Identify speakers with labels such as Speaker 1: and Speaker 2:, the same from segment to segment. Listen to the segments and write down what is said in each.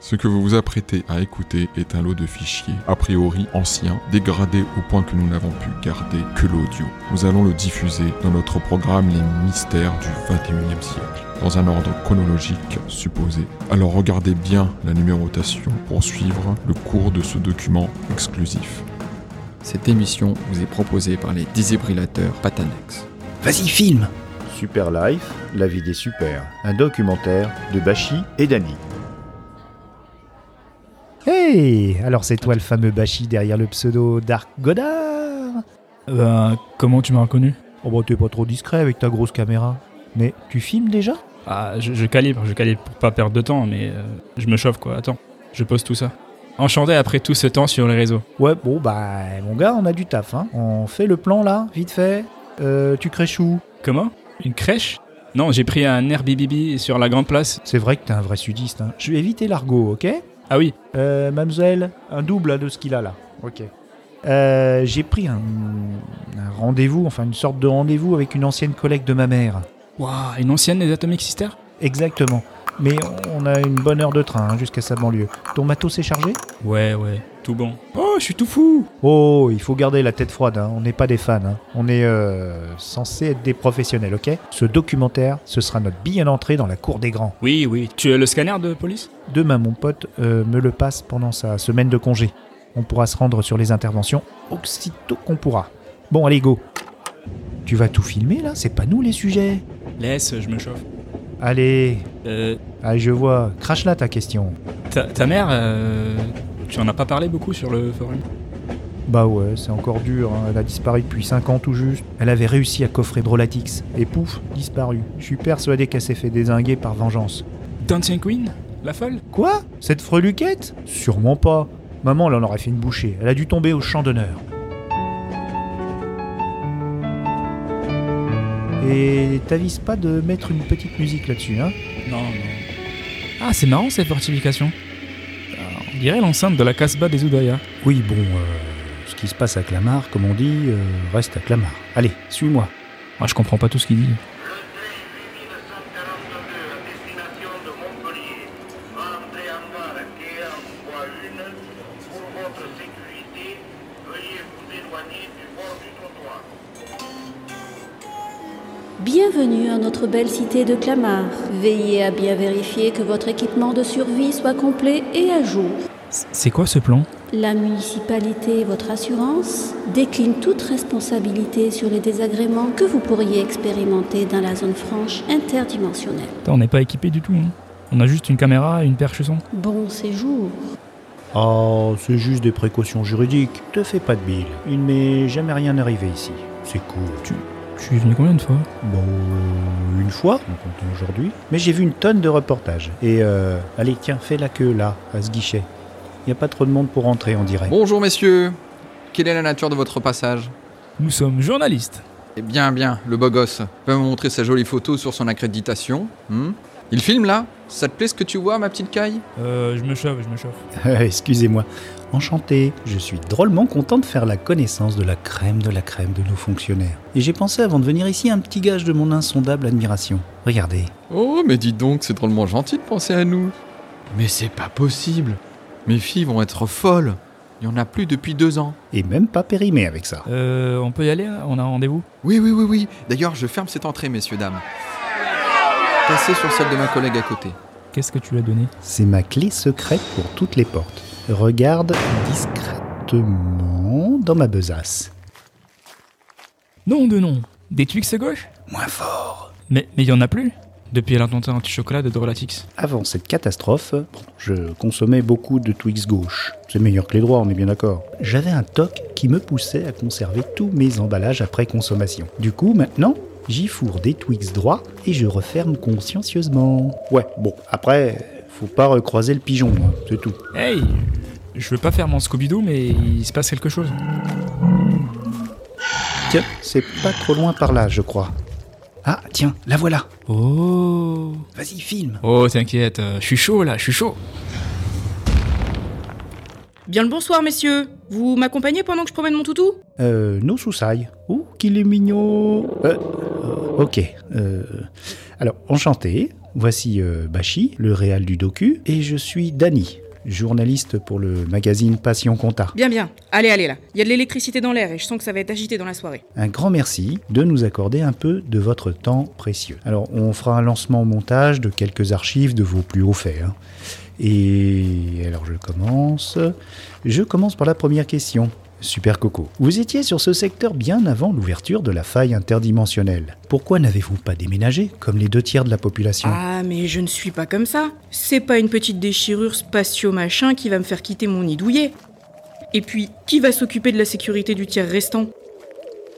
Speaker 1: Ce que vous vous apprêtez à écouter est un lot de fichiers, a priori anciens, dégradés au point que nous n'avons pu garder que l'audio. Nous allons le diffuser dans notre programme Les Mystères du 21e siècle, dans un ordre chronologique supposé. Alors regardez bien la numérotation pour suivre le cours de ce document exclusif.
Speaker 2: Cette émission vous est proposée par les désébrilateurs Patanex.
Speaker 3: Vas-y, filme
Speaker 4: Super Life, la vie des super, un documentaire de Bachi et Dani.
Speaker 3: Hey Alors c'est toi le fameux Bachi derrière le pseudo Dark Godard
Speaker 5: Ben, comment tu m'as reconnu
Speaker 3: Oh bah t'es pas trop discret avec ta grosse caméra. Mais tu filmes déjà
Speaker 5: Ah, je, je calibre, je calibre pour pas perdre de temps, mais euh, je me chauffe quoi. Attends, je pose tout ça. Enchanté après tout ce temps sur les réseaux.
Speaker 3: Ouais, bon bah mon gars, on a du taf, hein. On fait le plan là, vite fait. Euh, tu crèches où
Speaker 5: Comment Une crèche Non, j'ai pris un Airbnb sur la grande place.
Speaker 3: C'est vrai que t'es un vrai sudiste, hein. Je vais éviter l'argot, ok
Speaker 5: Ah oui,
Speaker 3: Euh, mademoiselle, un double hein, de ce qu'il a là. Ok. Euh, J'ai pris un, un rendez-vous, enfin une sorte de rendez-vous avec une ancienne collègue de ma mère.
Speaker 5: waouh, une ancienne des Atomic Sisters
Speaker 3: Exactement. Mais on a une bonne heure de train hein, jusqu'à sa banlieue. Ton matos est chargé
Speaker 5: Ouais, ouais, tout bon. Oh, je suis tout fou
Speaker 3: Oh, il faut garder la tête froide, hein. on n'est pas des fans. hein. On est euh, censé être des professionnels, ok Ce documentaire, ce sera notre billet d'entrée dans la cour des grands.
Speaker 5: Oui, oui, tu as le scanner de police
Speaker 3: Demain, mon pote euh, me le passe pendant sa semaine de congé. On pourra se rendre sur les interventions aussitôt qu'on pourra. Bon, allez, go Tu vas tout filmer là C'est pas nous les sujets
Speaker 5: Laisse, je me chauffe.
Speaker 3: Allez,
Speaker 5: Euh,
Speaker 3: ah, je vois, crache là ta question.
Speaker 5: ta, ta mère, euh, tu en as pas parlé beaucoup sur le forum
Speaker 3: Bah ouais, c'est encore dur, hein. elle a disparu depuis 5 ans tout juste. Elle avait réussi à coffrer Brolatix, et pouf, disparu. Je suis persuadé qu'elle s'est fait désinguer par vengeance.
Speaker 5: Dancing Queen La folle
Speaker 3: Quoi Cette freluquette Sûrement pas. Maman, elle en aurait fait une bouchée, elle a dû tomber au champ d'honneur. Et t'avises pas de mettre une petite musique là-dessus, hein
Speaker 5: Non, non. Ah, c'est marrant cette fortification. Ah, On dirait l'enceinte de la Casbah des Oudaya.
Speaker 3: Oui, bon, euh, ce qui se passe à Clamart, comme on dit, euh, reste à Clamart. Allez, suis-moi.
Speaker 5: Ah, je comprends pas tout ce qu'il dit.
Speaker 6: Bienvenue à notre belle cité de Clamart. Veillez à bien vérifier que votre équipement de survie soit complet et à jour.
Speaker 5: C'est quoi ce plan
Speaker 6: La municipalité et votre assurance déclinent toute responsabilité sur les désagréments que vous pourriez expérimenter dans la zone franche interdimensionnelle.
Speaker 5: On n'est pas équipé du tout. hein. On a juste une caméra et une perche son.
Speaker 6: Bon séjour.
Speaker 3: Oh, c'est juste des précautions juridiques. Te fais pas de bile. Il m'est jamais rien arrivé ici. C'est cool. Tu...
Speaker 5: Je suis venu combien de fois
Speaker 3: Bon, euh, une fois, en comptant aujourd'hui. Mais j'ai vu une tonne de reportages. Et euh, allez, tiens, fais la queue là, à ce guichet. Y a pas trop de monde pour rentrer, on dirait.
Speaker 7: Bonjour messieurs, quelle est la nature de votre passage
Speaker 5: Nous sommes journalistes.
Speaker 7: Eh bien, bien, le beau gosse va me montrer sa jolie photo sur son accréditation. hmm Il filme là Ça te plaît ce que tu vois, ma petite caille
Speaker 5: Euh, je me chauffe, je me chauffe.
Speaker 3: Excusez-moi. Enchanté, je suis drôlement content de faire la connaissance de la crème de la crème de nos fonctionnaires. Et j'ai pensé avant de venir ici un petit gage de mon insondable admiration. Regardez.
Speaker 1: Oh, mais dis donc, c'est drôlement gentil de penser à nous.
Speaker 7: Mais c'est pas possible Mes filles vont être folles Il y en a plus depuis deux ans.
Speaker 3: Et même pas périmé avec ça.
Speaker 5: Euh, on peut y aller là On a un rendez-vous
Speaker 7: Oui, oui, oui, oui D'ailleurs, je ferme cette entrée, messieurs, dames. Passez sur celle de ma collègue à côté.
Speaker 5: Qu'est-ce que tu l'as donné
Speaker 3: C'est ma clé secrète pour toutes les portes. Regarde discrètement dans ma besace.
Speaker 5: Non de non. Des Twix à gauche
Speaker 3: Moins fort.
Speaker 5: Mais il y en a plus Depuis l'attentat anti-chocolat de Drolatix.
Speaker 3: Avant cette catastrophe, bon, je consommais beaucoup de Twix gauche. C'est meilleur que les droits, on est bien d'accord. J'avais un toc qui me poussait à conserver tous mes emballages après consommation. Du coup, maintenant, j'y fourre des Twix droits et je referme consciencieusement. Ouais, bon, après, faut pas recroiser le pigeon, hein, c'est tout.
Speaker 5: Hey Je veux pas faire mon Scooby-Doo, mais il se passe quelque chose.
Speaker 3: Tiens, c'est pas trop loin par là, je crois. Ah, tiens, la voilà.
Speaker 5: Oh
Speaker 3: Vas-y, filme.
Speaker 5: Oh, t'inquiète, euh, je suis chaud là, je suis chaud.
Speaker 8: Bien le bonsoir, messieurs. Vous m'accompagnez pendant que je promène mon toutou
Speaker 3: Euh, nos soussailles. Ouh, qu'il est mignon. Euh, euh, ok. Euh, alors, enchanté. Voici euh, Bachi, le réal du docu, et je suis Dany, journaliste pour le magazine Passion Compta.
Speaker 8: Bien, bien. Allez, allez, là. Il y a de l'électricité dans l'air et je sens que ça va être agité dans la soirée.
Speaker 3: Un grand merci de nous accorder un peu de votre temps précieux. Alors, on fera un lancement au montage de quelques archives de vos plus hauts faits. hein. Et alors, je commence. Je commence par la première question. Super Coco, vous étiez sur ce secteur bien avant l'ouverture de la faille interdimensionnelle. Pourquoi n'avez-vous pas déménagé, comme les deux tiers de la population
Speaker 8: Ah, mais je ne suis pas comme ça. C'est pas une petite déchirure spatio-machin qui va me faire quitter mon nid douillet. Et puis, qui va s'occuper de la sécurité du tiers restant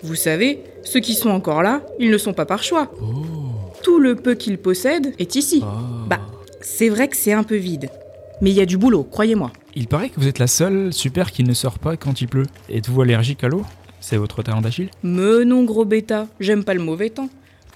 Speaker 8: Vous savez, ceux qui sont encore là, ils ne sont pas par choix. Tout le peu qu'ils possèdent est ici. Bah, c'est vrai que c'est un peu vide. Mais il y a du boulot, croyez-moi.
Speaker 5: Il paraît que vous êtes la seule super qui ne sort pas quand il pleut. Êtes-vous allergique à l'eau C'est votre talent d'Achille
Speaker 8: Me non, gros bêta, j'aime pas le mauvais temps.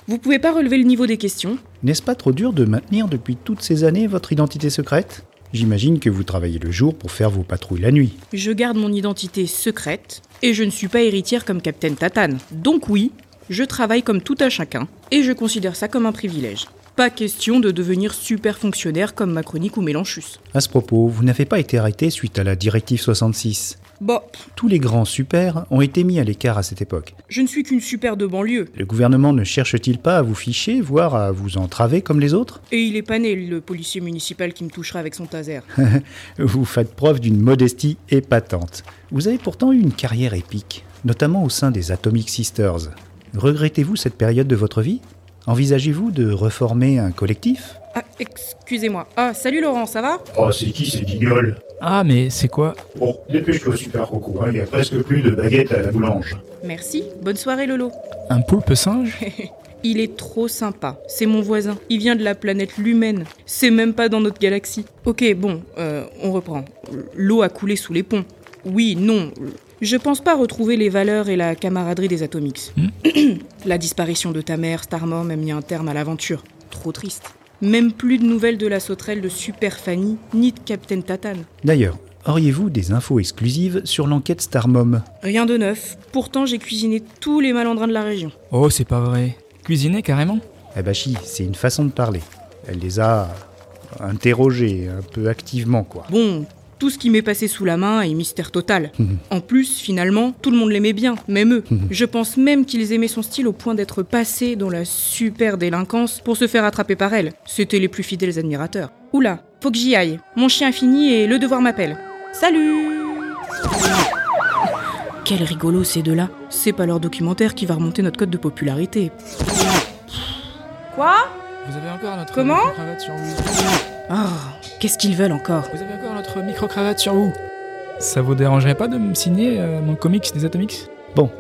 Speaker 8: Vous pouvez pas relever le niveau des questions
Speaker 3: N'est-ce pas trop dur de maintenir depuis toutes ces années votre identité secrète J'imagine que vous travaillez le jour pour faire vos patrouilles la nuit.
Speaker 8: Je garde mon identité secrète et je ne suis pas héritière comme Capitaine Tatane. Donc oui, je travaille comme tout un chacun et je considère ça comme un privilège. Pas question de devenir super fonctionnaire comme Macronique ou Mélenchus.
Speaker 3: À ce propos, vous n'avez pas été arrêté suite à la directive 66.
Speaker 8: Bon,
Speaker 3: Tous les grands super ont été mis à l'écart à cette époque.
Speaker 8: je ne suis qu'une super de banlieue
Speaker 3: Le gouvernement ne cherche-t-il pas à vous ficher, voire à vous entraver comme les autres
Speaker 8: et il est pas né le policier municipal qui me touchera avec son taser.
Speaker 3: Vous faites preuve d'une modestie épatante. Vous avez pourtant eu une carrière épique, notamment au sein des Atomic Sisters. Regrettez-vous cette période de votre vie Envisagez-vous de reformer un collectif
Speaker 8: Ah, excusez-moi. Ah, salut Laurent, ça va
Speaker 9: Oh, c'est qui ces guignols
Speaker 5: Ah, mais c'est quoi
Speaker 9: Bon, dépêche-toi, super coco, hein, il y a presque plus de baguettes à la boulange.
Speaker 8: Merci, bonne soirée Lolo.
Speaker 5: Un poulpe singe
Speaker 8: Il est trop sympa. C'est mon voisin. Il vient de la planète Lumen. C'est même pas dans notre galaxie. Ok, bon, euh, on reprend. L'eau a coulé sous les ponts. Oui, non. Je pense pas retrouver les valeurs et la camaraderie des Atomics. la disparition de ta mère, Starmom, a mis un terme à l'aventure. Trop triste. Même plus de nouvelles de la sauterelle de Super Fanny, ni de Captain Tatane.
Speaker 3: D'ailleurs, auriez-vous des infos exclusives sur l'enquête Starmom
Speaker 8: Rien de neuf. Pourtant, j'ai cuisiné tous les malandrins de la région.
Speaker 5: Oh, c'est pas vrai. Cuisiner carrément
Speaker 3: Abachi, Eh ben c'est une façon de parler. Elle les a interrogés un peu activement, quoi.
Speaker 8: Bon, tout ce qui m'est passé sous la main est mystère total. en plus, finalement, tout le monde l'aimait bien, même eux. Je pense même qu'ils aimaient son style au point d'être passés dans la super délinquance pour se faire attraper par elle. C'était les plus fidèles admirateurs. Oula, faut que j'y aille. Mon chien a fini et le devoir m'appelle. Salut Quel rigolo ces deux-là. C'est pas leur documentaire qui va remonter notre code de popularité. Quoi
Speaker 5: Vous avez encore notre
Speaker 8: Comment
Speaker 5: micro-cravate sur vous.
Speaker 8: Oh, qu'est-ce qu'ils veulent encore
Speaker 5: Vous avez encore notre micro-cravate sur vous. Ça vous dérangerait pas de me signer euh, mon comics des Atomics
Speaker 3: Bon.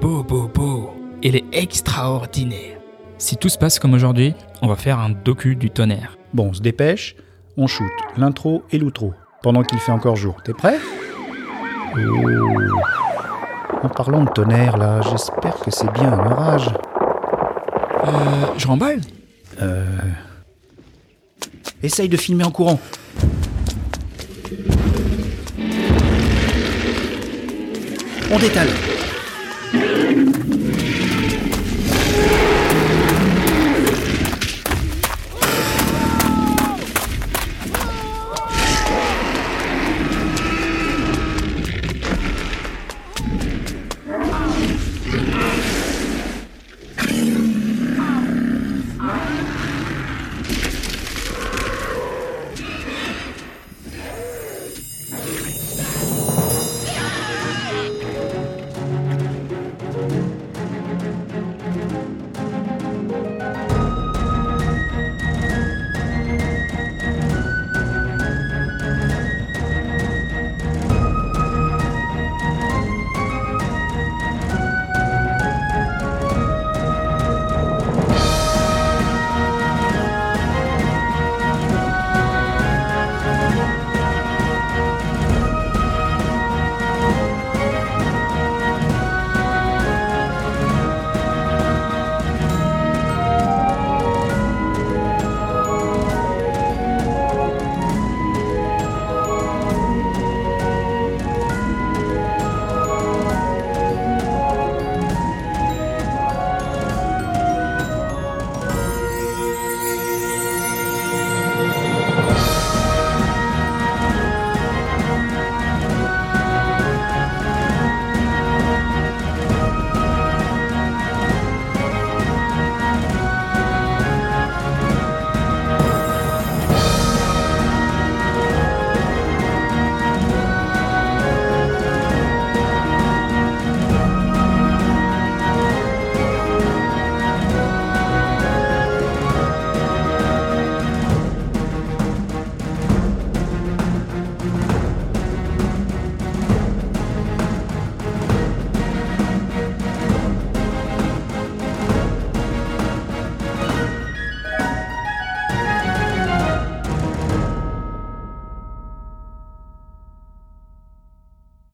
Speaker 5: Beau, beau, beau. Il est extraordinaire. Si tout se passe comme aujourd'hui, on va faire un docu du tonnerre.
Speaker 3: Bon, on se dépêche, on shoot l'intro et l'outro, pendant qu'il fait encore jour. T'es prêt Oh. En parlant de tonnerre, là, j'espère que c'est bien un orage.
Speaker 5: Euh, je remballe
Speaker 3: Essaye de filmer en courant. On détale.